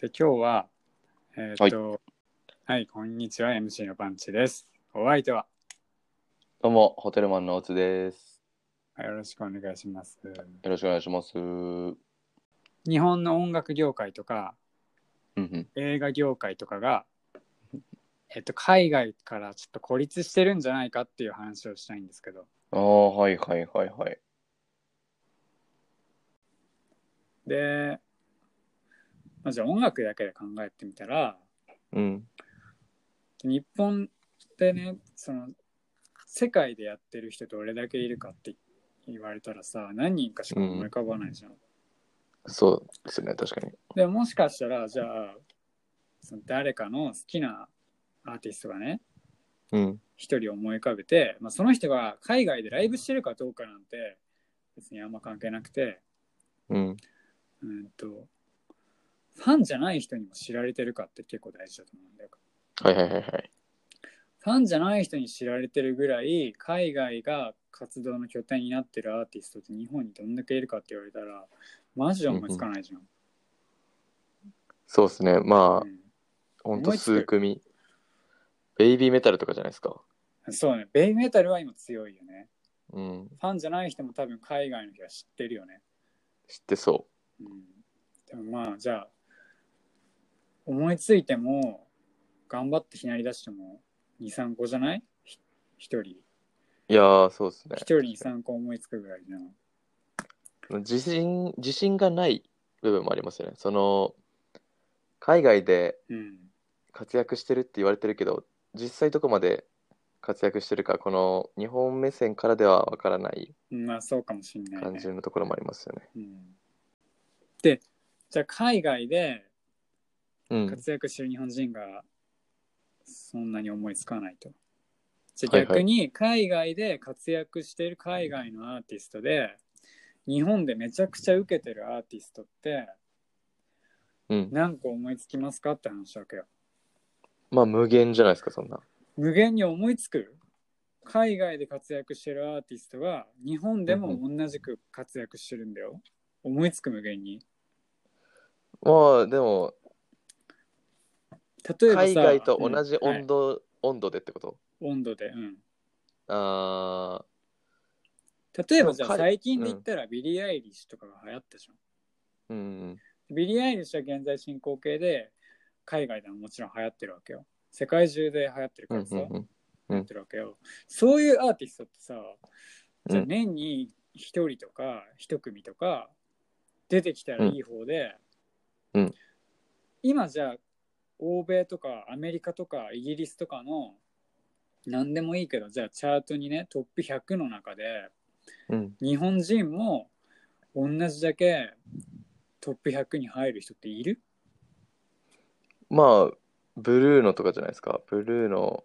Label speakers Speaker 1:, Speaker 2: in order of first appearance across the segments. Speaker 1: で今日は、えーっと、はい、こんにちは、MC のパンチです。お相手は、
Speaker 2: どうも、ホテルマンのおつです。
Speaker 1: よろしくお願いします。
Speaker 2: よろしくお願いします。うん
Speaker 1: 日本の音楽業界とか、
Speaker 2: うん。
Speaker 1: 映画業界とかが、えっと、海外からちょっと孤立してるんじゃないかっていう話をしたいんですけど、
Speaker 2: ああ、はいはいはいはい。
Speaker 1: で、まあ、じゃあ音楽だけで考えてみたら、
Speaker 2: うん。
Speaker 1: 日本でねその世界でやってる人どれだけいるかって言われたらさ何人かしか思い浮かばないじゃん、
Speaker 2: そうですね、確かに。
Speaker 1: でももしかしたらじゃあその誰かの好きなアーティストがね
Speaker 2: うん。
Speaker 1: 一人思い浮かべて、まあ、その人が海外でライブしてるかどうかなんて別にあんま関係なくて
Speaker 2: うん。
Speaker 1: うんとファンじゃない人にも知られてるかって結構大事だと思うんだよ
Speaker 2: はいはいはいはい。
Speaker 1: ファンじゃない人に知られてるぐらい海外が活動の拠点になってるアーティストって日本にどんだけいるかって言われたらマジで思いつかないじゃん。
Speaker 2: そうですね、ま
Speaker 1: う
Speaker 2: あ、
Speaker 1: ん
Speaker 2: ほん
Speaker 1: 思
Speaker 2: と
Speaker 1: いつく
Speaker 2: 数組。ベイビーメタルとかじゃないですか。
Speaker 1: そうね、ベイメタルは今強いよね。
Speaker 2: うん。
Speaker 1: ファンじゃない人も多分海外の人は知ってるよね。
Speaker 2: 知ってそ
Speaker 1: うん、でもまあじゃあ思いついても頑張ってひなり出しても23個じゃないひ一人
Speaker 2: う。いやー、そうですね
Speaker 1: 一。人23個思いつくぐらいじゃん。
Speaker 2: 自信、自信がない部分もありますよね。その、海外で
Speaker 1: うん
Speaker 2: 活躍してるって言われてるけど実際どこまで活躍してるかこの日本目線からではわからない
Speaker 1: うん、まあそうかもしんない、ね。
Speaker 2: 感じのところもありますよね。
Speaker 1: うんでじゃあ海外で
Speaker 2: うん、
Speaker 1: 活躍してる日本人がそんなに思いつかないと。じゃあ
Speaker 2: はいはい
Speaker 1: 逆に海外で活躍してる海外のアーティストで日本でめちゃくちゃ受けてるアーティストって
Speaker 2: うん、
Speaker 1: 何個思いつきますかって話だわけよ。
Speaker 2: まあ無限じゃないですかそんな。
Speaker 1: 無限に思いつく海外で活躍してるアーティストが日本でも同じく活躍してるんだよ。思いつく無限に。
Speaker 2: まあでも
Speaker 1: 例えばさ
Speaker 2: 海外と同じ
Speaker 1: うんはい
Speaker 2: 温度、温度でってこと
Speaker 1: 温度で。うん
Speaker 2: ああ
Speaker 1: 例えばじゃあ
Speaker 2: 彼
Speaker 1: 最近で言ったらビリー・アイリッシュとかが流行ったじゃん。
Speaker 2: うん
Speaker 1: ビリー・アイリッシュは現在進行形で海外でももちろん流行ってるわけよ。世界中で流行ってるか
Speaker 2: うん
Speaker 1: らさ、
Speaker 2: うん
Speaker 1: 流
Speaker 2: うん
Speaker 1: 行ってるわけよ。そういうアーティストってさ、じゃあ
Speaker 2: うん
Speaker 1: 年に一人とか一組とか出てきたらいい方で、
Speaker 2: うんうん
Speaker 1: 今じゃあ欧米とかアメリカとかイギリスとかの何でもいいけどじゃあチャートにねトップ100の中で
Speaker 2: うん
Speaker 1: 日本人も同じだけトップ100に入る人っている
Speaker 2: まあブルーノとかじゃないですかブルーノ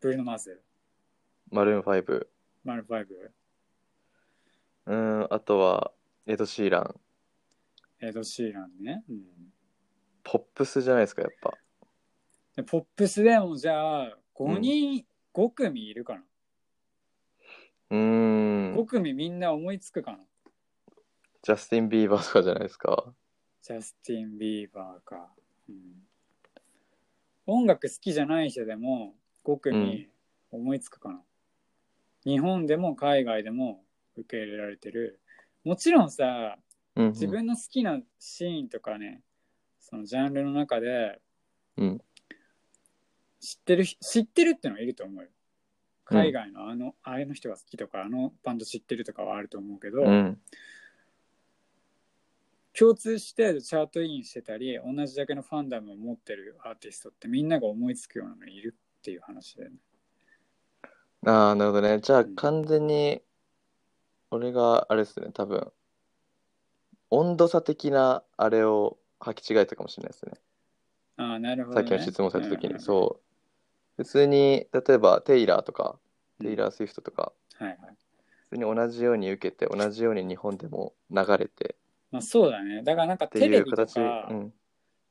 Speaker 1: ブルーノ・マーズ、
Speaker 2: マルーン5
Speaker 1: マルファイブ、
Speaker 2: うんあとはエド・シーラン
Speaker 1: エド・シーランね、うん
Speaker 2: ポップスじゃないですかやっぱ
Speaker 1: で。ポップスでもじゃあ5人、5組いるかな、
Speaker 2: うー
Speaker 1: 5
Speaker 2: ん
Speaker 1: 組みんな思いつくかな
Speaker 2: ジャスティン・ビーバーとかじゃないですか
Speaker 1: ジャスティン・ビーバーか、うん音楽好きじゃない人でも5組思いつくかな、日本でも海外でも受け入れられてる。もちろんさ、
Speaker 2: うんうん
Speaker 1: 自分の好きなシーンとかね、そのジャンルの中で、
Speaker 2: うん
Speaker 1: 知ってるひ知ってるってのはいると思うよ海外のあの、あれの人が好きとかあのバンド知ってるとかはあると思うけど、
Speaker 2: うん
Speaker 1: 共通してチャートインしてたり同じだけのファンダムを持ってるアーティストってみんなが思いつくようなのいるっていう話だよね
Speaker 2: ああなるほどねじゃあ
Speaker 1: うん
Speaker 2: 完全に俺があれですね多分温度差的なあれを履き違えたかもしれないですね
Speaker 1: ああなるほ
Speaker 2: さ
Speaker 1: ど、
Speaker 2: っ
Speaker 1: ね、
Speaker 2: きの質問された時に、そう普通に例えばテイラーとかテイラー・スウィフトとか
Speaker 1: うん、はいはい
Speaker 2: 普通に同じように受けて同じように日本でも流れて
Speaker 1: まあそうだねだからなんか
Speaker 2: って
Speaker 1: テ
Speaker 2: い
Speaker 1: レ
Speaker 2: う
Speaker 1: ビと
Speaker 2: 形
Speaker 1: か、
Speaker 2: うん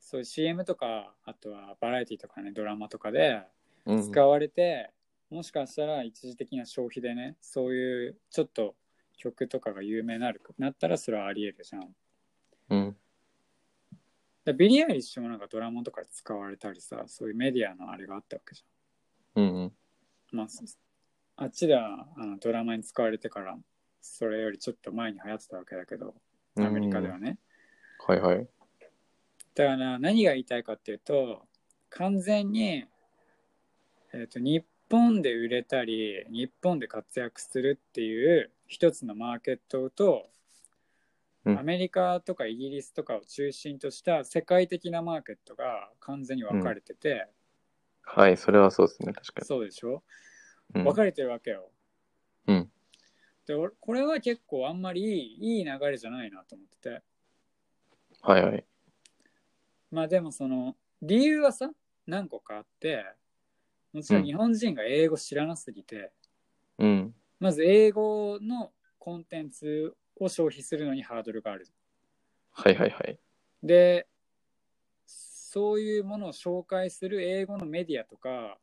Speaker 1: そういう CM とかあとはバラエティとかねドラマとかで
Speaker 2: うん
Speaker 1: 使われて、もしかしたら一時的な消費でねそういうちょっと曲とかが有名になるなったらそれはあり得るじゃん
Speaker 2: うん
Speaker 1: らビリー・アイリッシュもなんかドラマとかで使われたりさ、そういうメディアのあれがあったわけじ
Speaker 2: うんうん。
Speaker 1: ゃん。まあ、そうあっちではあのドラマに使われてから、それよりちょっと前に流行ってたわけだけど、アメリカではね。
Speaker 2: うん。はいはい。
Speaker 1: だから何が言いたいかっていうと完全に、えー、と日本で売れたり日本で活躍するっていう一つのマーケットと、
Speaker 2: うん
Speaker 1: アメリカとかイギリスとかを中心とした世界的なマーケットが完全に分かれてて、
Speaker 2: はい、それはそうですね、確か
Speaker 1: そうでしょ
Speaker 2: に。
Speaker 1: 分かれてるわけよ。
Speaker 2: うん
Speaker 1: で俺これは結構あんまりいいいい流れじゃないなと思ってて。
Speaker 2: うん、はいはい。
Speaker 1: まあでもその理由はさ何個かあってもちろん日本人が英語知らなすぎて、
Speaker 2: うん。
Speaker 1: まず英語のコンテンツを消費するのにハードルがある。
Speaker 2: はいはいはい。
Speaker 1: でそういうものを紹介する英語のメディアとか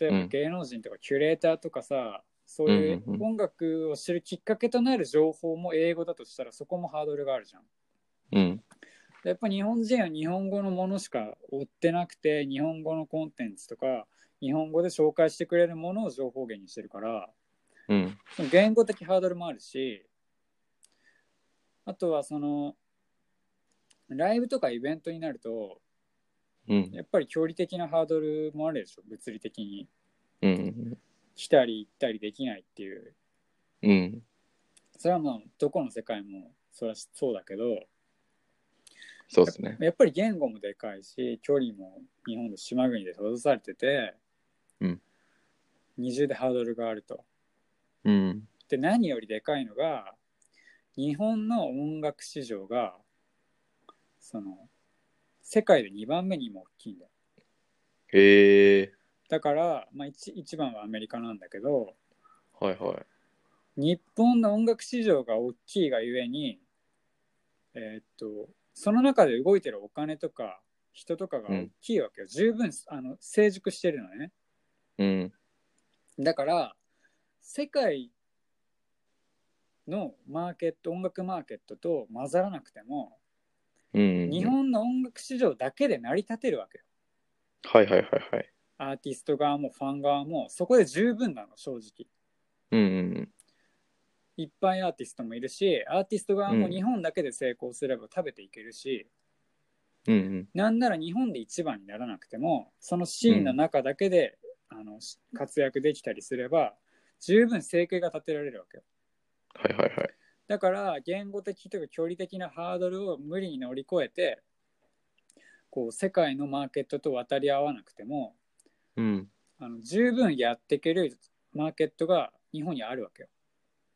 Speaker 1: 例え
Speaker 2: う
Speaker 1: ば
Speaker 2: ん
Speaker 1: 芸能人とかキュレーターとかさ、そういう
Speaker 2: うんうんうん
Speaker 1: 音楽を知るきっかけとなる情報も英語だとしたらそこもハードルがあるじゃん。
Speaker 2: うん。
Speaker 1: やっぱ日本人は日本語のものしか追ってなくて日本語のコンテンツとか日本語で紹介してくれるものを情報源にしてるから
Speaker 2: うん。
Speaker 1: その言語的ハードルもあるしあとはそのライブとかイベントになると
Speaker 2: うん。
Speaker 1: やっぱり距離的なハードルもあるでしょ物理的に
Speaker 2: うん。
Speaker 1: 来たり行ったりできないっていう
Speaker 2: うん。
Speaker 1: それはもうどこの世界もそれはそうだけど
Speaker 2: そうですね。
Speaker 1: やっぱり言語もでかいし距離も日本の島国で閉ざされてて、
Speaker 2: うん
Speaker 1: 二重でハードルがあると。
Speaker 2: うん。
Speaker 1: で何よりでかいのが日本の音楽市場がその世界で2番目にも大きいんだよ
Speaker 2: へえ。
Speaker 1: だから、まあ、1, 一番はアメリカなんだけど
Speaker 2: はいはい。
Speaker 1: 日本の音楽市場が大きいがゆえにえーっとその中で動いてるお金とか人とかが大きいわけよ、十分あの成熟してるのね
Speaker 2: うん。
Speaker 1: だから世界のマーケット音楽マーケットと混ざらなくても、
Speaker 2: うん。
Speaker 1: 日本の音楽市場だけで成り立てるわけよ
Speaker 2: はいはいはいはい。
Speaker 1: アーティスト側もファン側もそこで十分なの正直
Speaker 2: うんうん
Speaker 1: いっぱいアーティストもいるしアーティスト側も
Speaker 2: うん
Speaker 1: 日本だけで成功すれば食べていけるし、
Speaker 2: うん。うん
Speaker 1: なんなら日本で一番にならなくてもそのシーンの中だけで、あのし活躍できたりすれば十分生計が立てられるわけよ
Speaker 2: はいはいはい。
Speaker 1: だから言語的というか距離的なハードルを無理に乗り越えてこう世界のマーケットと渡り合わなくても
Speaker 2: うん。
Speaker 1: あの十分やっていけるマーケットが日本にあるわけよ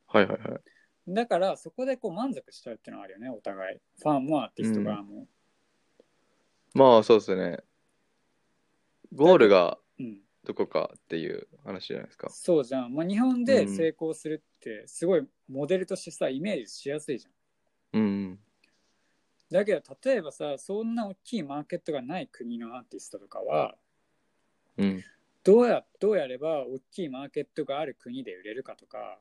Speaker 2: はいはいはい。
Speaker 1: だからそこでこう満足しちゃうっていうのはあるよねお互いファンもアーティスト側も、
Speaker 2: まあそうですね。ゴールが
Speaker 1: うん
Speaker 2: どこかっていう話じゃないですか。
Speaker 1: そうじゃん、まあ、日本で成功するってすごいモデルとしてさイメージしやすいじゃん
Speaker 2: うん。
Speaker 1: だけど例えばさそんな大きいマーケットがない国のアーティストとかは
Speaker 2: うん。
Speaker 1: どうやどうやれば大きいマーケットがある国で売れるかとか、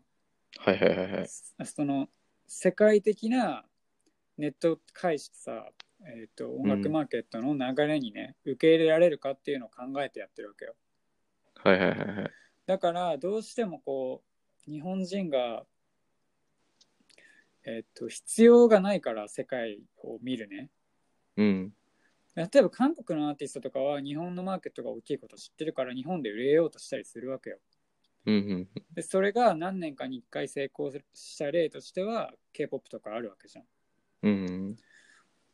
Speaker 2: はいはいはいはい。
Speaker 1: その世界的なネット介してさ、えー、と音楽マーケットの流れにね、受け入れられるかっていうのを考えてやってるわけよ
Speaker 2: はいはいはいはい。
Speaker 1: だからどうしてもこう日本人が、えー、と必要がないから世界を見るね
Speaker 2: うん。
Speaker 1: 例えば韓国のアーティストとかは日本のマーケットが大きいこと知ってるから日本で売れようとしたりするわけよ
Speaker 2: うんうん。
Speaker 1: でそれが何年かに1回成功した例としては K-POP とかあるわけじゃん。
Speaker 2: うんうん。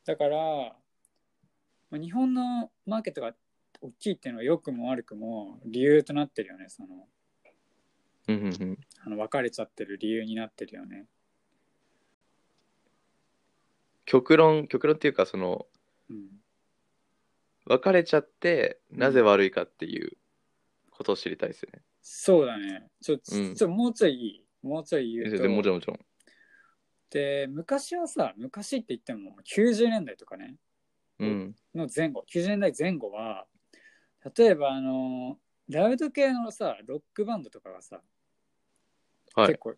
Speaker 1: だから、まあ、日本のマーケットが大きいっていうのは良くも悪くも理由となってるよね。その
Speaker 2: うんうんうん。
Speaker 1: あの別れちゃってる理由になってるよね。
Speaker 2: 極論極論っていうかその
Speaker 1: うん、
Speaker 2: 別れちゃってなぜ悪いかっていうことを知りたいですよね。
Speaker 1: そうだね。ちょ、ち
Speaker 2: うん
Speaker 1: ょ、ちょもうちょいいいもうちょい言
Speaker 2: 全然
Speaker 1: う
Speaker 2: もち
Speaker 1: と。
Speaker 2: ろんもちろん。
Speaker 1: で、昔はさ、昔って言っても90年代とかね、
Speaker 2: うん。
Speaker 1: の前後、90年代前後は、例えばあの、ラウド系のさ、ロックバンドとかがさ、
Speaker 2: は
Speaker 1: 結
Speaker 2: い。
Speaker 1: 構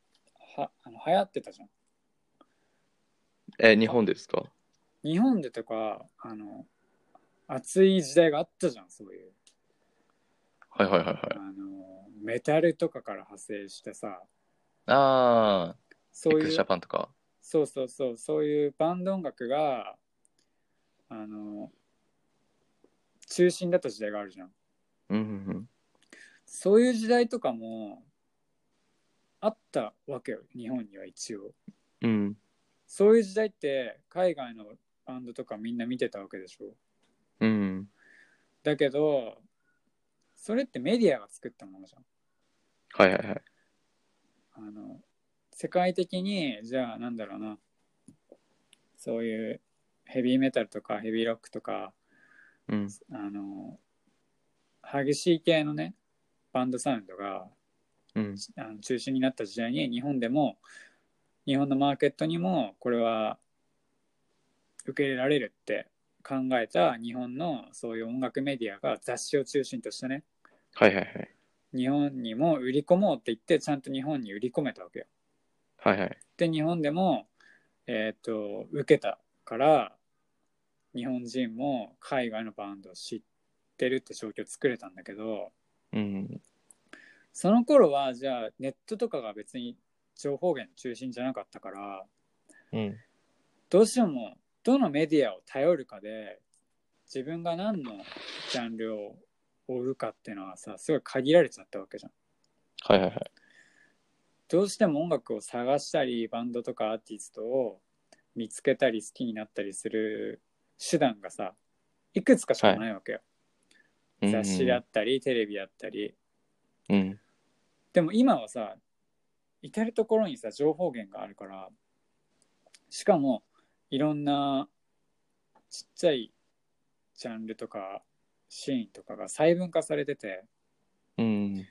Speaker 1: はあの流行ってたじゃん。
Speaker 2: えー日本ですか
Speaker 1: 日本でとかあの熱い時代があったじゃんそういう
Speaker 2: はいはいはいはい。
Speaker 1: あのメタルとかから派生してさ
Speaker 2: ああ、
Speaker 1: そう
Speaker 2: エク
Speaker 1: い
Speaker 2: ス
Speaker 1: う
Speaker 2: ジャパンとか。
Speaker 1: そうそうそうそういうバンド音楽があの中心だった時代があるじゃん
Speaker 2: うんうん
Speaker 1: そういう時代とかもあったわけよ日本には一応
Speaker 2: うん。うん。
Speaker 1: そういう時代って海外のバンドとかみんな見てたわけでしょ
Speaker 2: うん。
Speaker 1: だけどそれってメディアが作ったものじゃん
Speaker 2: はいはいはい。
Speaker 1: あの世界的にじゃあなんだろうなそういうヘビーメタルとかヘビーロックとか
Speaker 2: うん。
Speaker 1: あの激しい系のねバンドサウンドが
Speaker 2: うん。
Speaker 1: あの中心になった時代に日本でも日本のマーケットにもこれは受け入れられるって考えた日本のそういう音楽メディアが雑誌を中心としてね
Speaker 2: はいはいはい。
Speaker 1: 日本にも売り込もうって言ってちゃんと日本に売り込めたわけよ。
Speaker 2: はいはい。
Speaker 1: で日本でも、えー、と受けたから日本人も海外のバンドを知ってるって状況を作れたんだけど
Speaker 2: うん。
Speaker 1: その頃はじゃあネットとかが別に情報源の中心じゃなかったから
Speaker 2: うん。
Speaker 1: どうしてもどのメディアを頼るかで自分が何のジャンルを追うかっていうのはさすごい限られちゃったわけじゃん。
Speaker 2: はいはいはい。
Speaker 1: どうしても音楽を探したりバンドとかアーティストを見つけたり好きになったりする手段がさいくつかしかないわけよ、
Speaker 2: うん
Speaker 1: 雑誌だったりテレビだったり
Speaker 2: うん。
Speaker 1: でも今はさ至る所にさ情報源があるからしかもいろんなちっちゃいジャンルとかシーンとかが細分化されてて
Speaker 2: うん。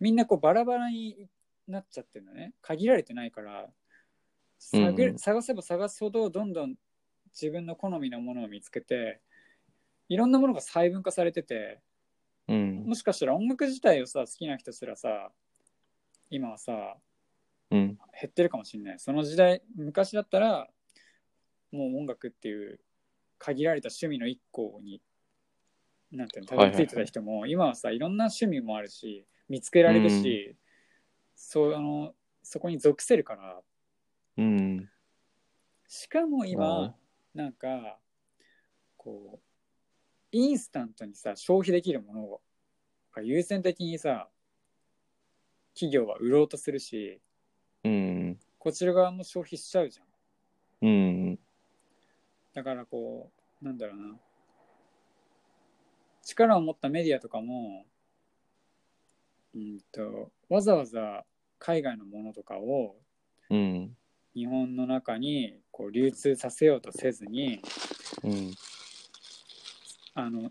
Speaker 1: みんなこうバラバラになっちゃってるのね限られてないから探,、
Speaker 2: うんうん
Speaker 1: 探せば探すほどどんどん自分の好みのものを見つけていろんなものが細分化されてて
Speaker 2: うん。
Speaker 1: もしかしたら音楽自体をさ好きな人すらさ今はさ
Speaker 2: うん。
Speaker 1: 減ってるかもしれないその時代昔だったらもう音楽っていう限られた趣味の一個になんていうのたどり着いてた人も、今はさいろんな趣味もあるし見つけられるし、そうあのそこに属せるから
Speaker 2: うん。
Speaker 1: しかも今
Speaker 2: あ、
Speaker 1: なんかこうインスタントにさ消費できるものが優先的にさ企業は売ろうとするし
Speaker 2: うん。
Speaker 1: こちら側も消費しちゃうじゃん。
Speaker 2: うん。
Speaker 1: だからこう、なんだろうな。力を持ったメディアとかも、うんと、わざわざ海外のものとかを
Speaker 2: うん。
Speaker 1: 日本の中にこう流通させようとせずに、
Speaker 2: うん。
Speaker 1: あの、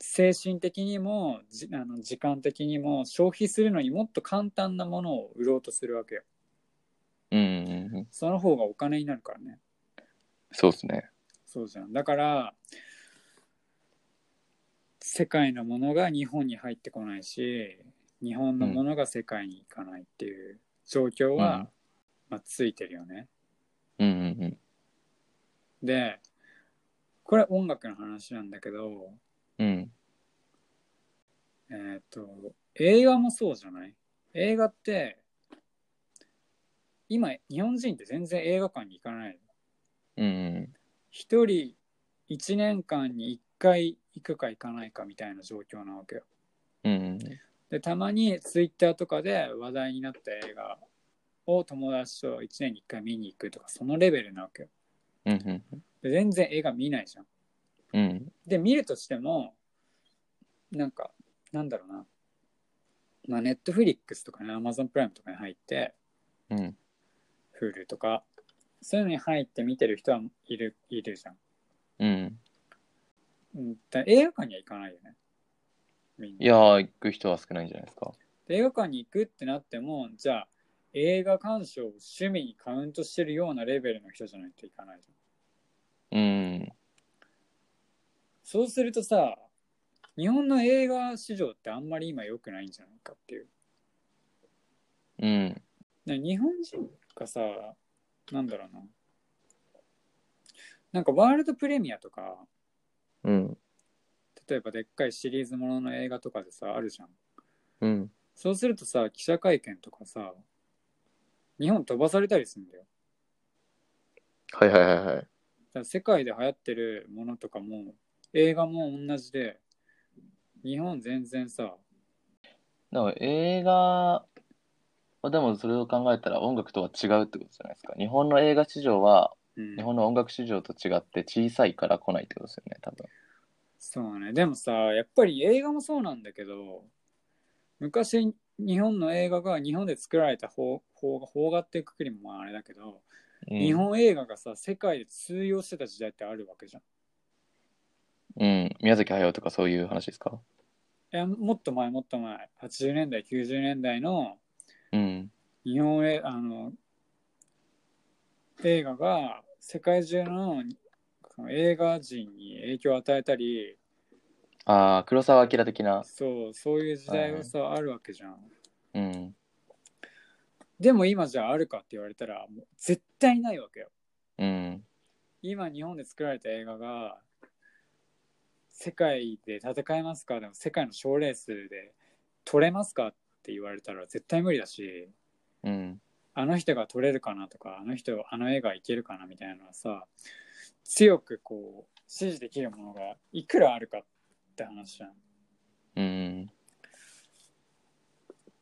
Speaker 1: 精神的にもじあの時間的にも消費するのにもっと簡単なものを売ろうとするわけよ。
Speaker 2: うん。
Speaker 1: その方がお金になるからね。
Speaker 2: そうですね。
Speaker 1: そうじゃん。だから、世界のものが日本に入ってこないし、日本のものが世界に行かないっていう状況は、
Speaker 2: うん
Speaker 1: まあ、ついてるよね。
Speaker 2: うんうん
Speaker 1: で、これは音楽の話なんだけど、
Speaker 2: うん。うん。
Speaker 1: えっ、と、映画もそうじゃない映画って、今、日本人って全然映画館に行かない。
Speaker 2: うん。
Speaker 1: 一人一年間に一回行くか行かないかみたいな状況なわけよ。
Speaker 2: うん。
Speaker 1: でたまにツイッターとかで話題になった映画を友達と1年に1回見に行くとかそのレベルなわけよ
Speaker 2: うん。
Speaker 1: で全然映画見ないじゃん
Speaker 2: うん。
Speaker 1: で見るとしてもなんかなんだろうなまあネットフリックスとかねアマゾンプライムとかに入って
Speaker 2: うん。
Speaker 1: Hulu とかそういうのに入って見てる人はいるいるじゃん、
Speaker 2: うん。
Speaker 1: うん、だ映画館には行かないよねみんない
Speaker 2: やー、行く人は少ないんじゃないですか。
Speaker 1: で映画館に行くってなってもじゃあ映画鑑賞を趣味にカウントしてるようなレベルの人じゃないといかないじゃん
Speaker 2: うん。
Speaker 1: そうするとさ日本の映画市場ってあんまり今良くないんじゃないかっていう
Speaker 2: うん。
Speaker 1: な日本人がさなんだろうななんかワールドプレミアとか
Speaker 2: うん。
Speaker 1: 例えばでっかいシリーズものの映画とかでさあるじゃん
Speaker 2: うん。
Speaker 1: そうするとさ記者会見とかさ日本飛ばされたりするんだよ
Speaker 2: はいはいはいはい。
Speaker 1: だから世界で流行ってるものとかも映画も同じで日本全然さ
Speaker 2: なんか映画はでもそれを考えたら音楽とは違うってことじゃないですか。日本の映画市場は
Speaker 1: うん
Speaker 2: 日本の音楽市場と違って小さいから来ないってことですよね、多分。
Speaker 1: そうね。でもさ、やっぱり映画もそうなんだけど、昔日本の映画が日本で作られた方方が、方がってくくりもまああれだけど、
Speaker 2: うん
Speaker 1: 日本映画がさ、世界で通用してた時代ってあるわけじゃん。
Speaker 2: うん。宮崎駿とかそういう話ですか
Speaker 1: いやもっと前もっと前、80年代、90年代の
Speaker 2: うん。
Speaker 1: 日本映あの映画が世界中のその映画人に影響を与えたり、
Speaker 2: ああ、黒澤明的な。
Speaker 1: そう、そういう時代がさ、あるわけじゃん。
Speaker 2: うん。
Speaker 1: でも今じゃああるかって言われたらもう絶対ないわけよ。
Speaker 2: うん。
Speaker 1: 今日本で作られた映画が世界で戦えますかでも世界の賞レースで取れますかって言われたら絶対無理だし
Speaker 2: うん。
Speaker 1: あの人が取れるかなとかあの人あの映画いけるかなみたいなのはさ強くこう支持できるものがいくらあるかって話じゃん。
Speaker 2: うん。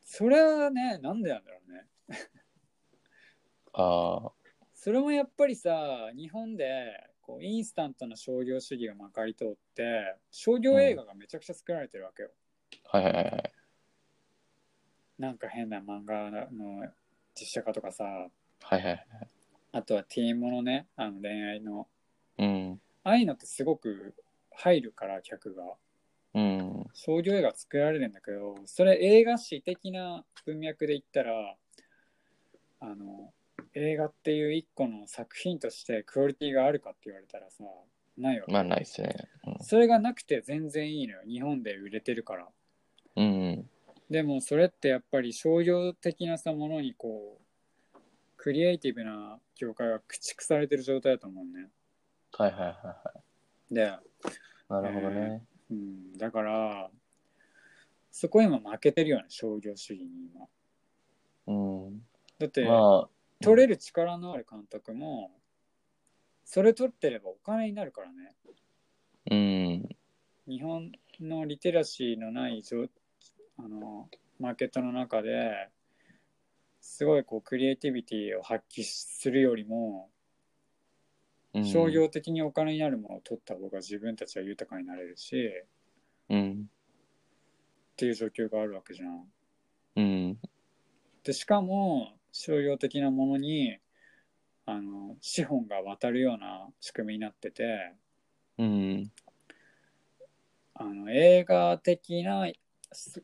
Speaker 1: それはねなんでなんだろうね。
Speaker 2: ああ。
Speaker 1: それもやっぱりさ日本でこうインスタントな商業主義がまかり通って商業映画がめちゃくちゃ作られてるわけよ、
Speaker 2: はいはいはいはい。
Speaker 1: なんか変な漫画の実写化とかさ
Speaker 2: はいはいはい。
Speaker 1: あとはティーンものねあの恋愛の
Speaker 2: うん。
Speaker 1: ああいうのってすごく入るから客が
Speaker 2: うん。
Speaker 1: 商業映画作られるんだけどそれ映画史的な文脈で言ったらあの映画っていう一個の作品としてクオリティがあるかって言われたらさないわけ
Speaker 2: まあないっすね。
Speaker 1: それがなくて全然いいのよ日本で売れてるから
Speaker 2: うん。
Speaker 1: でもそれってやっぱり商業的なさものにこうクリエイティブな業界が駆逐されてる状態だと思うね
Speaker 2: はいはいはいは
Speaker 1: で、
Speaker 2: い。なるほどね。
Speaker 1: うん、だからそこ今負けてるよね商業主義に今
Speaker 2: うん。
Speaker 1: だって、
Speaker 2: まあ、
Speaker 1: 取れる力のある監督もそれ取ってればお金になるからね
Speaker 2: うん。
Speaker 1: 日本のリテラシーのない状あのマーケットの中ですごいこうクリエイティビティを発揮するよりも、
Speaker 2: うん
Speaker 1: 商業的にお金になるものを取った方が自分たちは豊かになれるしっ
Speaker 2: うん。
Speaker 1: ていう状況があるわけじゃん。
Speaker 2: うん。
Speaker 1: でしかも商業的なものにあの資本が渡るような仕組みになってて
Speaker 2: うん。
Speaker 1: あの映画的なす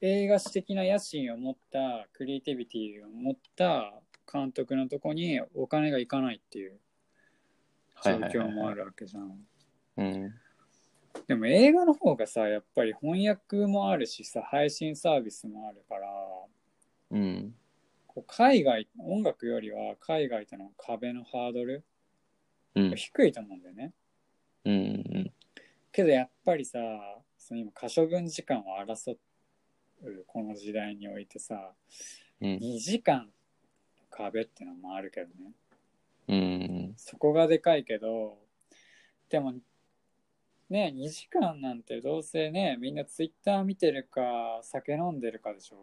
Speaker 1: 映画史的な野心を持ったクリエイティビティを持った監督のとこにお金がいかないっていう状況もあるわけじゃん、
Speaker 2: うん。
Speaker 1: でも映画の方がさやっぱり翻訳もあるしさ配信サービスもあるから
Speaker 2: うん。
Speaker 1: こう海外音楽よりは海外との壁のハードル
Speaker 2: うん
Speaker 1: が。低いと思うんだよね、
Speaker 2: うん。
Speaker 1: けどやっぱりさその今可処分時間を争うこの時代においてさ
Speaker 2: うん。
Speaker 1: 2時間の壁ってのもあるけどね
Speaker 2: うん。
Speaker 1: そこがでかいけどでもね2時間なんてどうせねみんなツイッター見てるか酒飲んでるか でしょ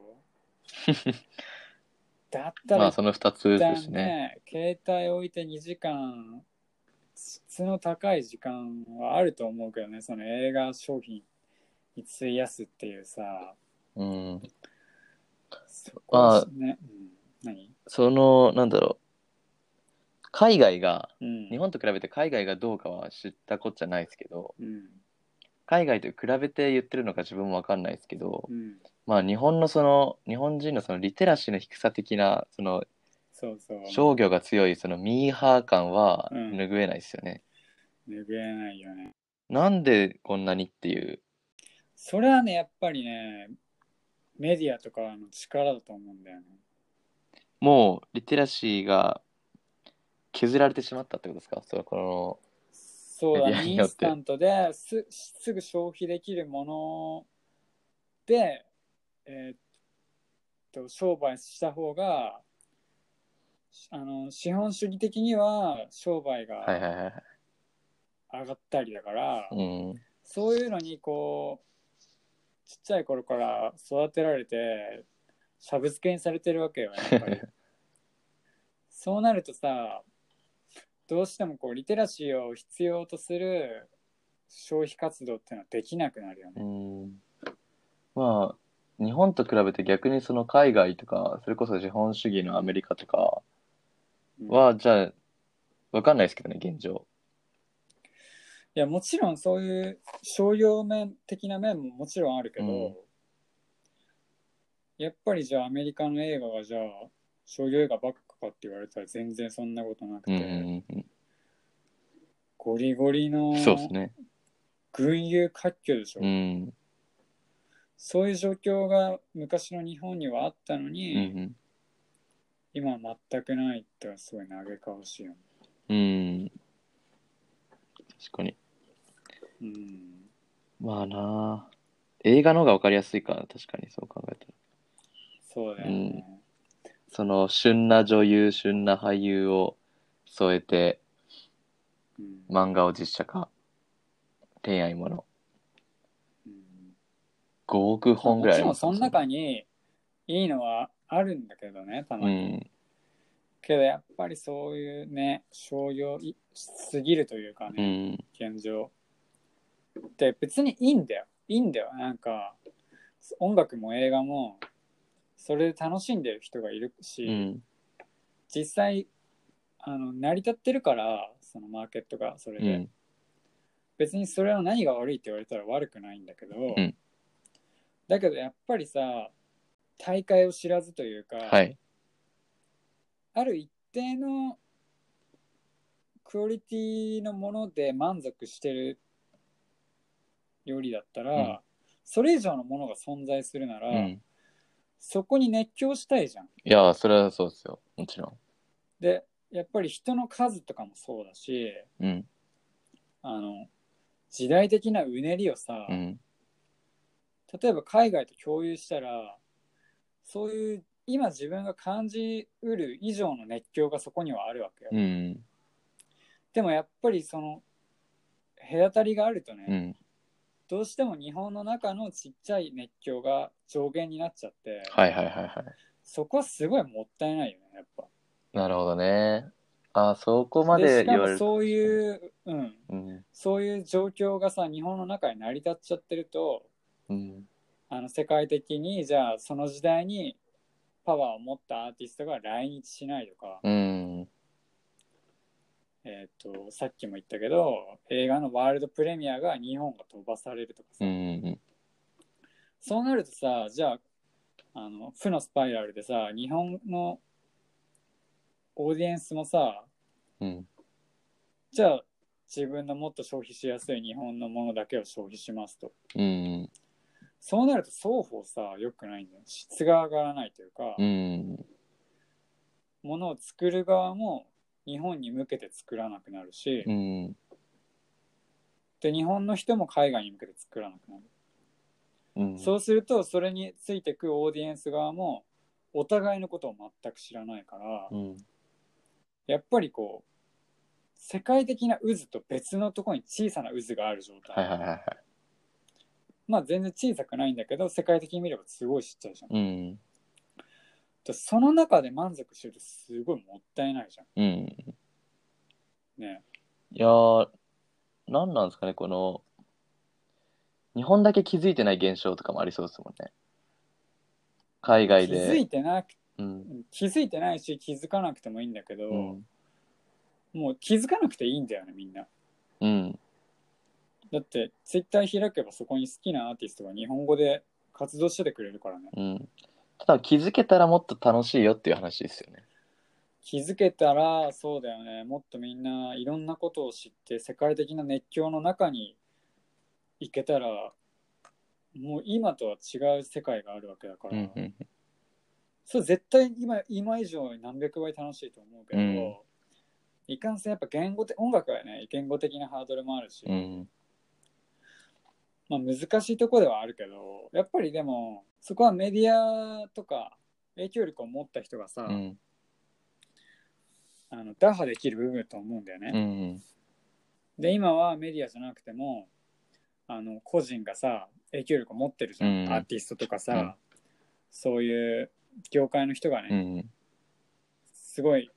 Speaker 1: だった
Speaker 2: ま
Speaker 1: ら
Speaker 2: あ、
Speaker 1: 一
Speaker 2: その二つで
Speaker 1: 旦
Speaker 2: すね。
Speaker 1: ね携帯置いて2時間質の高い時間はあると思うけどねその映画商品に費やすっていうさ
Speaker 2: うん。
Speaker 1: そこは
Speaker 2: ま
Speaker 1: ね、うん、何
Speaker 2: その、なんだろう。海外が、
Speaker 1: うん
Speaker 2: 日本と比べて海外がどうかは知ったこっちゃないですけど、
Speaker 1: うん
Speaker 2: 海外と比べて言ってるのか自分もわかんないですけど
Speaker 1: う、ん
Speaker 2: まあ日本のその、日本人のそのリテラシーの低さ的な、その
Speaker 1: そうそう。
Speaker 2: 商業が強いそのミーハー感は
Speaker 1: うん
Speaker 2: 拭えないですよね。
Speaker 1: 拭えないよね。
Speaker 2: なんでこんなにっていう。
Speaker 1: それはね、やっぱりね、メディアとかの力だと思うんだよね。
Speaker 2: もうリテラシーが削られてしまったってことですかそれはこ
Speaker 1: そうだ
Speaker 2: メディア
Speaker 1: ね
Speaker 2: に
Speaker 1: イン
Speaker 2: よって
Speaker 1: スタントですすぐ消費できるもので、えーっと商売した方があの資本主義的には商売
Speaker 2: のは
Speaker 1: が
Speaker 2: いはいはいはい
Speaker 1: 上がったりだから、
Speaker 2: うん
Speaker 1: そういうのにこうちっちゃい頃から育てられてしゃぶ漬けにされてるわけよやっ ぱりそうなるとさどうしてもこうリテラシーを必要とする消費活動っていうのはできなくなるよね
Speaker 2: うんまあ日本と比べて逆にその海外とかそれこそ資本主義のアメリカとかは、じゃあわかんないですけどね現状
Speaker 1: いやもちろんそういう商業面的な面ももちろんあるけど、
Speaker 2: うん
Speaker 1: やっぱりじゃあアメリカの映画がじゃあ商業映画ばっかかって言われたら全然そんなことなく
Speaker 2: う
Speaker 1: て、
Speaker 2: んうん
Speaker 1: ゴリゴリの
Speaker 2: うんそうですね
Speaker 1: 群雄割拠でしょ、
Speaker 2: うん
Speaker 1: そういう状況が昔の日本にはあったの
Speaker 2: う
Speaker 1: に、
Speaker 2: ん
Speaker 1: 今は全くないってのはすごい嘆かわしいよね、
Speaker 2: うんうん確かに
Speaker 1: うん、
Speaker 2: まあなあ映画の方がわかりやすいから確かにそう考えたら
Speaker 1: そうだよね、
Speaker 2: その旬な女優旬な俳優を添えて
Speaker 1: うん
Speaker 2: 漫画を実写化恋愛もの
Speaker 1: うん
Speaker 2: 5億本ぐらいあり
Speaker 1: も
Speaker 2: ま
Speaker 1: ち
Speaker 2: す
Speaker 1: ろんその中にいいのはあるんだけどねたま
Speaker 2: う
Speaker 1: に、
Speaker 2: ん
Speaker 1: けどやっぱりそういうね商業いすぎるというか
Speaker 2: う
Speaker 1: ね、
Speaker 2: ん
Speaker 1: 現状で別にいいんだよいいんだよなんか音楽も映画もそれで楽しんでる人がいるし、
Speaker 2: うん
Speaker 1: 実際あの成り立ってるからそのマーケットがそれ
Speaker 2: う
Speaker 1: で、
Speaker 2: ん
Speaker 1: 別にそれは何が悪いって言われたら悪くないんだけど、
Speaker 2: うん
Speaker 1: だけどやっぱりさ大会を知らずというか、
Speaker 2: はい
Speaker 1: ある一定のクオリティのもので満足してるよりだったら、
Speaker 2: うん
Speaker 1: それ以上のものが存在するなら、
Speaker 2: うん
Speaker 1: そこに熱狂したいじゃん。
Speaker 2: いやそれはそうですよもちろ
Speaker 1: でやっぱり人の数とかもそうだし
Speaker 2: んうん
Speaker 1: あの時代的なうねりをさ、
Speaker 2: うん
Speaker 1: 例えば海外と共有したらそういう今自分が感じうる以上の熱狂がそこにはあるわけよ、
Speaker 2: うん
Speaker 1: でもやっぱりその隔たりがあるとね、
Speaker 2: うん
Speaker 1: どうしても日本の中のちっちゃい熱狂が上限になっちゃって、
Speaker 2: はいはいはいはい
Speaker 1: そこはすごいもったいないよねやっぱ。
Speaker 2: なるほどねあそこまで
Speaker 1: しか
Speaker 2: 言われ
Speaker 1: も
Speaker 2: る
Speaker 1: そう
Speaker 2: う
Speaker 1: いう、うん、
Speaker 2: うん
Speaker 1: そういう状況がさ日本の中に成り立っちゃってると
Speaker 2: うん
Speaker 1: あの世界的にじゃあその時代にパワーを持ったアーティストが来日しないとか、
Speaker 2: うん
Speaker 1: えー、とさっきも言ったけど映画のワールドプレミアが日本が飛ばされるとか
Speaker 2: う
Speaker 1: さ、
Speaker 2: ん
Speaker 1: そうなるとさじゃああの負のスパイラルでさ日本のオーディエンスもさ
Speaker 2: うん
Speaker 1: じゃあ自分のもっと消費しやすい日本のものだけを消費しますと
Speaker 2: うん
Speaker 1: そうなると双方さ良くないんだよ質が上がらないというか、
Speaker 2: うん
Speaker 1: ものを作る側も日本に向けて作らなくなるし、
Speaker 2: うん
Speaker 1: で日本の人も海外に向けて作らなくなる、
Speaker 2: うん
Speaker 1: そうするとそれについてくオーディエンス側もお互いのことを全く知らないから、
Speaker 2: うん
Speaker 1: やっぱりこう世界的な渦と別のところに小さな渦がある状態、
Speaker 2: はいはいはいはい
Speaker 1: まあ全然小さくないんだけど世界的に見ればすごいちっちゃいじゃん、
Speaker 2: うん
Speaker 1: でその中で満足してるとすごいもったいないじゃ
Speaker 2: うん
Speaker 1: んね
Speaker 2: いやー、何なんですかね、この、日本だけ気づいてない現象とかもありそうですもんね。海外
Speaker 1: 気づ
Speaker 2: で。
Speaker 1: いてなく
Speaker 2: うん。
Speaker 1: 気づいてないし気づかなくてもいいんだけど、
Speaker 2: うん。
Speaker 1: もう気づかなくていいんだよねみんな
Speaker 2: うん。
Speaker 1: だってツイッター開けばそこに好きなアーティストが日本語で活動しててくれるからね
Speaker 2: うん。ただ気づけたらもっと楽しいよっていう話ですよね。
Speaker 1: 気づけたらそうだよねもっとみんないろんなことを知って世界的な熱狂の中に行けたらもう今とは違う世界があるわけだから、
Speaker 2: うんうん。
Speaker 1: それ絶対今今以上に何百倍楽しいと思うけど、
Speaker 2: うん
Speaker 1: いかんせんやっぱ言語的音楽はね言語的なハードルもあるし、
Speaker 2: うん。
Speaker 1: まあ難しいとこではあるけどやっぱりでもそこはメディアとか影響力を持った人がさ、
Speaker 2: うん。
Speaker 1: あの打破できる部分だと思うんだよね。
Speaker 2: うん。
Speaker 1: で今はメディアじゃなくてもあの個人がさ影響力を持ってるじゃん、
Speaker 2: うん
Speaker 1: アーティストとかさ、
Speaker 2: うん
Speaker 1: そういう業界の人がね、
Speaker 2: うん。
Speaker 1: すごい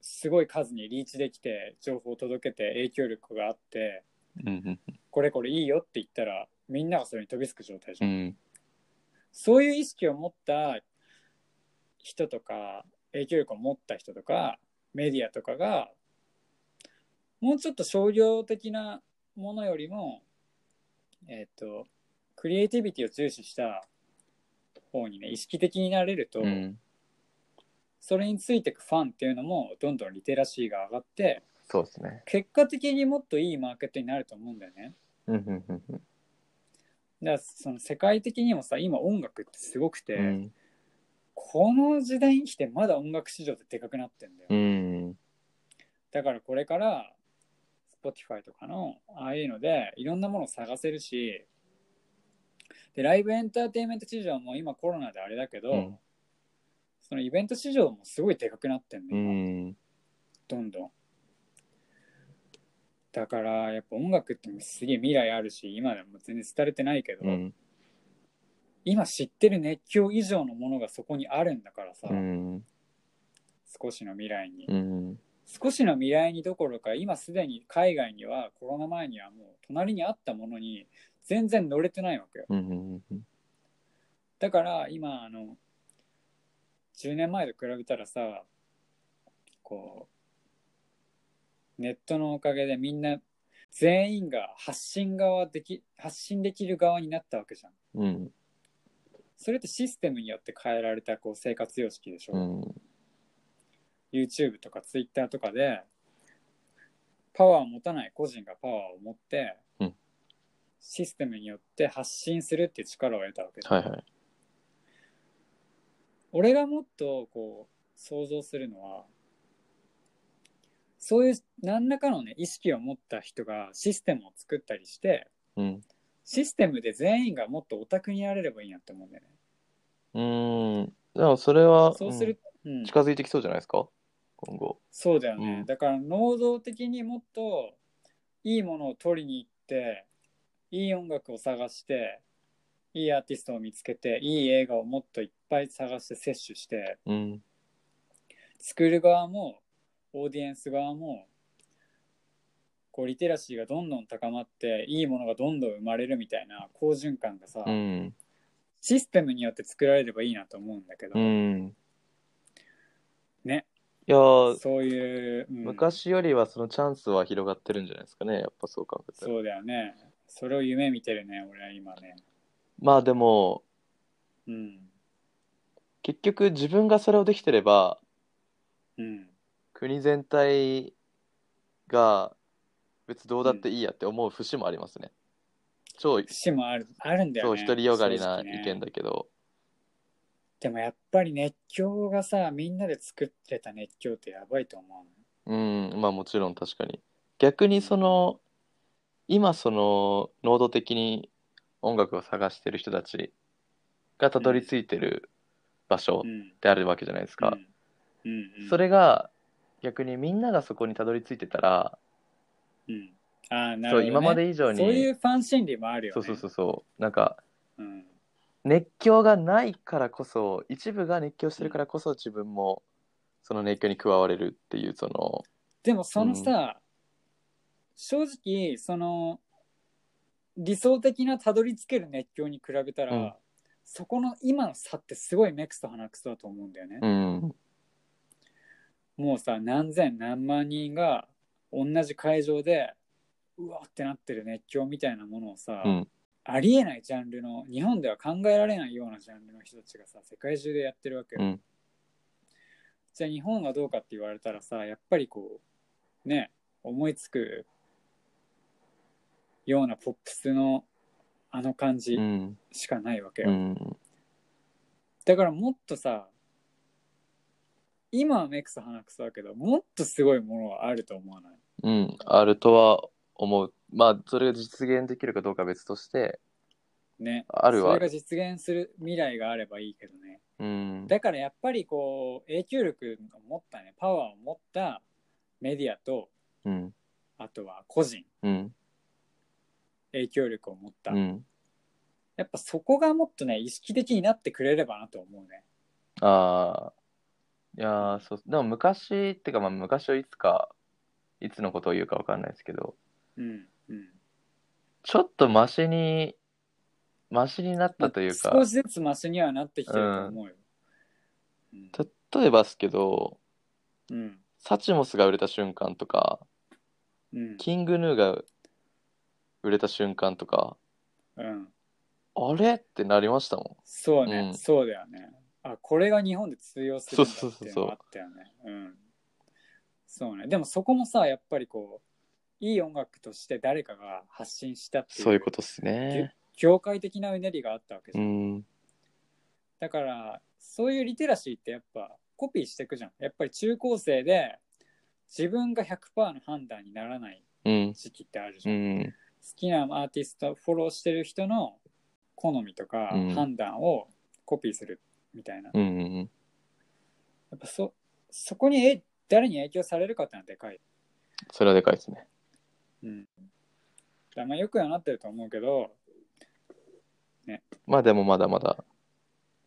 Speaker 1: すごい数にリーチできて情報を届けて影響力があって
Speaker 2: うん。
Speaker 1: これこれいいよって言ったらみんながそれに飛びつく状態じ
Speaker 2: う
Speaker 1: ゃん、
Speaker 2: ん。
Speaker 1: そういう意識を持った人とか影響力を持った人とかメディアとかがもうちょっと商業的なものよりもえっ、とクリエイティビティを重視した方にね意識的になれると、
Speaker 2: うん。
Speaker 1: それについてくファンっていうのもどんどんリテラシーが上がって
Speaker 2: そうですね。
Speaker 1: 結果的にもっといいマーケットになると思うんだよね。
Speaker 2: うん。うん。うんうん。
Speaker 1: だからその世界的にもさ今音楽ってすごくて、
Speaker 2: うん。
Speaker 1: この時代に来てまだ音楽市場ってでかくなってんだよ。
Speaker 2: うん。
Speaker 1: だからこれから Spotify とかのああいうのでいろんなものを探せるしでライブエンターテインメント市場も今コロナであれだけど、
Speaker 2: うん
Speaker 1: そのイベント市場もすごいでかくなってん
Speaker 2: う
Speaker 1: の、今
Speaker 2: ん。
Speaker 1: どんどん。だからやっぱ音楽ってすげえ未来あるし今でも全然廃れてないけど、
Speaker 2: うん。
Speaker 1: 今知ってる熱狂以上のものがそこにあるんだからさ、
Speaker 2: うん。
Speaker 1: 少しの未来に、
Speaker 2: うん。
Speaker 1: 少しの未来にどころか今すでに海外にはコロナ前にはもう隣にあったものに全然乗れてないわけよ
Speaker 2: うんうんうん
Speaker 1: だから今あの10年前と比べたらさこうネットのおかげでみんな全員が発信側でき発信できる側になったわけじゃん
Speaker 2: うん
Speaker 1: それってシステムによって変えられたこう生活様式でしょ、
Speaker 2: うん
Speaker 1: YouTube とか Twitter とかでパワーを持たない個人がパワーを持って、
Speaker 2: うん
Speaker 1: システムによって発信するっていう力を得たわけで、
Speaker 2: はいはい
Speaker 1: 俺がもっとこう想像するのはそういう何らかのね意識を持った人がシステムを作ったりして
Speaker 2: うん
Speaker 1: システムで全員がもっとオタクになれればいいなって思うんだよね。
Speaker 2: うんでもそれは
Speaker 1: そうする、うん
Speaker 2: うん近づいてきそうじゃないですか今後
Speaker 1: そうだよね、
Speaker 2: うん
Speaker 1: だから能動的にもっといいものを取りに行っていい音楽を探していいアーティストを見つけていい映画をもっといっぱい探して摂取して
Speaker 2: うん
Speaker 1: 作る側もオーディエンス側もこうリテラシーがどんどん高まっていいものがどんどん生まれるみたいな好循環がさ、
Speaker 2: うん
Speaker 1: システムによって作られればいいなと思うんだけど、
Speaker 2: うん
Speaker 1: ね
Speaker 2: いやー
Speaker 1: そういう、うん
Speaker 2: 昔よりはそのチャンスは広がってるんじゃないですかねやっぱそう考えたら
Speaker 1: そうだよねそれを夢見てるね俺は今ね。
Speaker 2: まあでも
Speaker 1: うん
Speaker 2: 結局自分がそれをできてれば
Speaker 1: うん
Speaker 2: 国全体が別にどうだっていいやって思う節もありますね超
Speaker 1: 節もあるあるんだ
Speaker 2: そ
Speaker 1: よ
Speaker 2: う
Speaker 1: ね。
Speaker 2: 独りよがりな
Speaker 1: 正直ね
Speaker 2: 意見だけど
Speaker 1: でもやっぱり熱狂がさみんなで作ってた熱狂ってやばいと思うの。
Speaker 2: うん、まあもちろん確かに。逆にその、今その、能動的に音楽を探してる人たちがたどり着いてる場所
Speaker 1: うん
Speaker 2: であるわけじゃないですか。
Speaker 1: うんうんうん、
Speaker 2: それが、逆にみんながそこにたどり着いてたら、
Speaker 1: うん、あーなる
Speaker 2: そ
Speaker 1: ほど、
Speaker 2: う、
Speaker 1: ね、
Speaker 2: 今まで以上に、
Speaker 1: そういうファン心理もあるよね。
Speaker 2: そうそうそうそう、なんか、
Speaker 1: うん
Speaker 2: 熱狂がないからこそ、一部が熱狂してるからこそ自分も、その熱狂に加われるっていう、その、
Speaker 1: でもそのさ、正直その理想的なたどり着ける熱狂に比べたら、
Speaker 2: うん
Speaker 1: そこの今の差ってすごい目くそ鼻くそだと思うんだよね。
Speaker 2: うん、
Speaker 1: もうさ何千何万人が同じ会場でうわってなってる熱狂みたいなものをさ、
Speaker 2: うん
Speaker 1: ありえないジャンルの日本では考えられないようなジャンルの人たちがさ世界中でやってるわけよ、
Speaker 2: うん
Speaker 1: じゃあ日本はどうかって言われたらさやっぱりこうね思いつくようなポップスのあの感じ
Speaker 2: うん、
Speaker 1: しかないわけよ、
Speaker 2: うん、
Speaker 1: だからもっとさ今は目くそ鼻くそだけどもっとすごいものはあると思わない
Speaker 2: うん、あるとは思う。まあ、それが実現できるかどうかは別として、
Speaker 1: ね
Speaker 2: あるは
Speaker 1: それが実現する未来があればいいけどね
Speaker 2: うん、
Speaker 1: だからやっぱりこう影響力を持ったねパワーを持ったメディアと
Speaker 2: うん、
Speaker 1: あとは個人
Speaker 2: うん、
Speaker 1: 影響力を持った、
Speaker 2: うん。
Speaker 1: やっぱそこがもっとね意識的になってくれればなと思うね
Speaker 2: ああ、いやーそう、でも昔ってか、まあ、昔はいつか、いつのことを言うかわかんないですけど、
Speaker 1: うんうん
Speaker 2: ちょっとマシに、マシになったというか、
Speaker 1: 少しずつマシにはなってきてると思うようん
Speaker 2: 例えばですけど、
Speaker 1: うん
Speaker 2: サチモスが売れた瞬間とか、
Speaker 1: うん
Speaker 2: キングヌーが売れた瞬間とか、
Speaker 1: うん
Speaker 2: あれってなりましたも
Speaker 1: そうね、
Speaker 2: うん
Speaker 1: そうだよねあこれが日本で通用するんだ
Speaker 2: そうそう
Speaker 1: っ
Speaker 2: そ
Speaker 1: て
Speaker 2: う
Speaker 1: いう
Speaker 2: そ
Speaker 1: の
Speaker 2: う
Speaker 1: があったよねうんそうねでもそこもさやっぱりこういい音楽として誰かが発信したっ
Speaker 2: ん。
Speaker 1: て
Speaker 2: そう
Speaker 1: い
Speaker 2: いううことですね。
Speaker 1: 業界的なうねりがあったわけじ
Speaker 2: う
Speaker 1: ゃん、
Speaker 2: ん、
Speaker 1: だからそういうリテラシーってやっぱコピーしていくじゃんやっぱり中高生で自分が100%の判断にならない
Speaker 2: うん、
Speaker 1: 時期ってあるじ
Speaker 2: う
Speaker 1: ゃん、好
Speaker 2: ん、
Speaker 1: きなアーティストフォローしてる人の好みとか
Speaker 2: うん
Speaker 1: 判断をコピーするみたいな、
Speaker 2: うん、うん。
Speaker 1: やっぱそそこにえ誰に影響されるかってのはでかい、
Speaker 2: それはでかいですね。
Speaker 1: うん、だからまあよくはなってると思うけど
Speaker 2: まあでもまだまだ、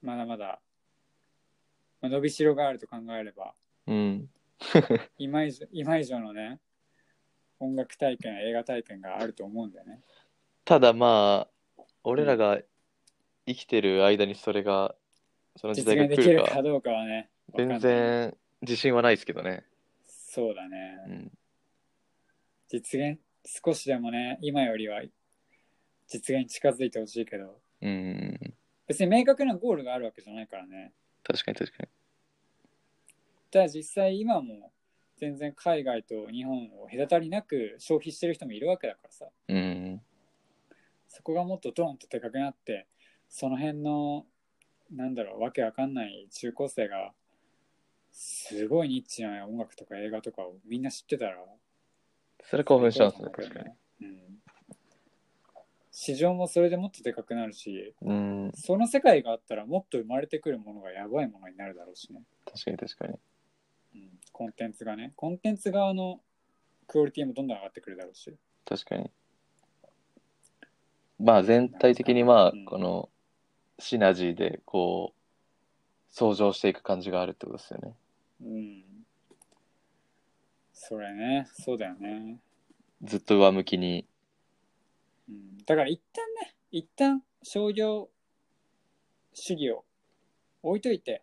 Speaker 1: まだまだ、まあ伸びしろがあると考えれば
Speaker 2: うん、
Speaker 1: 今以上今以上のね音楽体験映画体験があると思うんだよね
Speaker 2: ただまあ俺らが生きてる間にそれがその時
Speaker 1: 実
Speaker 2: 代が
Speaker 1: 現で
Speaker 2: 来
Speaker 1: き
Speaker 2: る
Speaker 1: る
Speaker 2: か
Speaker 1: かどうかはねわかんな
Speaker 2: 全
Speaker 1: い
Speaker 2: 然自信はないですけどね、
Speaker 1: そうだね、
Speaker 2: うん、
Speaker 1: 実現少しでもね今よりは実現に近づいてほしいけど
Speaker 2: うん
Speaker 1: 別に明確なゴールがあるわけじゃないからね
Speaker 2: 確かに確か
Speaker 1: ただ実際今も全然海外と日本を隔たりなく消費してる人もいるわけだからさ
Speaker 2: にうん
Speaker 1: そこがもっとドーンとでかくなってその辺のなんだろうわけわかんない中高生がすごいニッチな音楽とか映画とかをみんな知ってたら
Speaker 2: それ興奮しちゃうんですね
Speaker 1: 最高
Speaker 2: 確か
Speaker 1: だ
Speaker 2: に
Speaker 1: と思うけどねうん市場もそれでもっとでかくなるし
Speaker 2: うん
Speaker 1: その世界があったらもっと生まれてくるものがやばいものになるだろうしね、
Speaker 2: 確かに確かに
Speaker 1: うん、コンテンツがねコンテンツ側のクオリティもどんどん上がってくるだろうし
Speaker 2: 確かにまあ全体的にまあ
Speaker 1: うん
Speaker 2: このシナジーでこう相乗していく感じがあるってことですよね
Speaker 1: うんそれねそうだよね、
Speaker 2: ずっと上向きに
Speaker 1: うん、だから一旦ね一旦商業主義を置いといて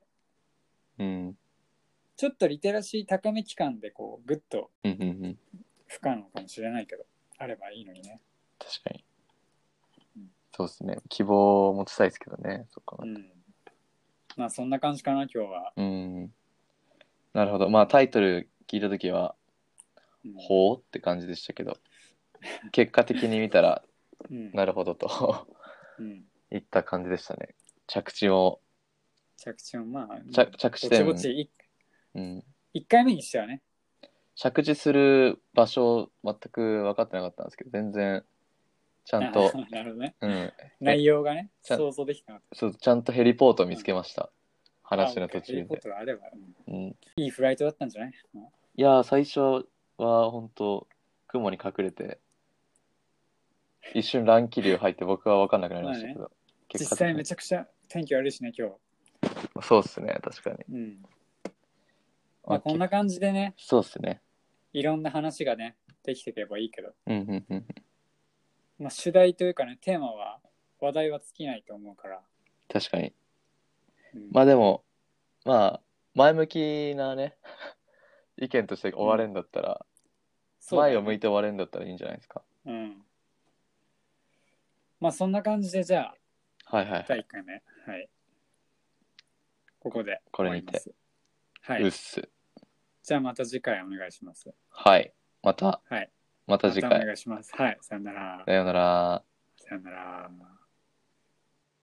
Speaker 2: うん
Speaker 1: ちょっとリテラシー高め期間でこうグッと
Speaker 2: うんうんうん
Speaker 1: 不可能かもしれないけどあればいいのにね
Speaker 2: 確かに
Speaker 1: うん
Speaker 2: そうですね希望を持ちたいですけどねそこは
Speaker 1: うんまあそんな感じかな今日は、
Speaker 2: うん。なるほど。まあタイトル聞いたときは、
Speaker 1: うん
Speaker 2: ほうって感じでしたけど、結果的に見た ら、
Speaker 1: うん
Speaker 2: なるほどと
Speaker 1: うん
Speaker 2: いった感じでしたね。着地を、
Speaker 1: 着地もまあ、
Speaker 2: 着着地
Speaker 1: ぼち
Speaker 2: 点
Speaker 1: ぼちい
Speaker 2: うん、
Speaker 1: 一回目にしてはね、
Speaker 2: 着地する場所全く分かってなかったんですけど、全然、ちゃんと、
Speaker 1: あ なるほどね。
Speaker 2: うん、
Speaker 1: 内容がね、
Speaker 2: ちゃん
Speaker 1: 想像できた
Speaker 2: そうちゃんとヘリポートを見つけました。話の途
Speaker 1: とい
Speaker 2: 中
Speaker 1: うこ
Speaker 2: で。
Speaker 1: とがあれば、うん
Speaker 2: うん、い
Speaker 1: いいフライトだったんじゃない、うん
Speaker 2: やー、最初は本当雲に隠れて、一瞬乱気流入って僕は分かんなくなりましたけど、結
Speaker 1: 実
Speaker 2: 果的
Speaker 1: 際
Speaker 2: に
Speaker 1: めちゃくちゃ天気悪いしね、今日。
Speaker 2: そうですね、確かに。
Speaker 1: うん。ま
Speaker 2: あ
Speaker 1: あ、こんな
Speaker 2: け
Speaker 1: 感じでね、
Speaker 2: そうですね。
Speaker 1: いろんな話がね、できていけばいいけど、
Speaker 2: うんうんうんうん。
Speaker 1: まあ、主題というかね、テーマは、話題は尽きないと思うから。
Speaker 2: 確かに。
Speaker 1: うん
Speaker 2: まあでも、まあ、前向きなね、意見として終われんだったら、
Speaker 1: そうだね
Speaker 2: 前を向いて終われんだったらいいんじゃないですか。
Speaker 1: うん。まあ、そんな感じで、じゃあ、
Speaker 2: はいはい。
Speaker 1: 第1回目、はい。ここで
Speaker 2: これに
Speaker 1: 終わります。は
Speaker 2: うっ
Speaker 1: い。
Speaker 2: す。
Speaker 1: じゃあまた次回お願いします。
Speaker 2: はい。また、
Speaker 1: はい。
Speaker 2: また次
Speaker 1: お
Speaker 2: 回。
Speaker 1: 願いします。はい。さよなら
Speaker 2: さ。ようなら。
Speaker 1: さよなら。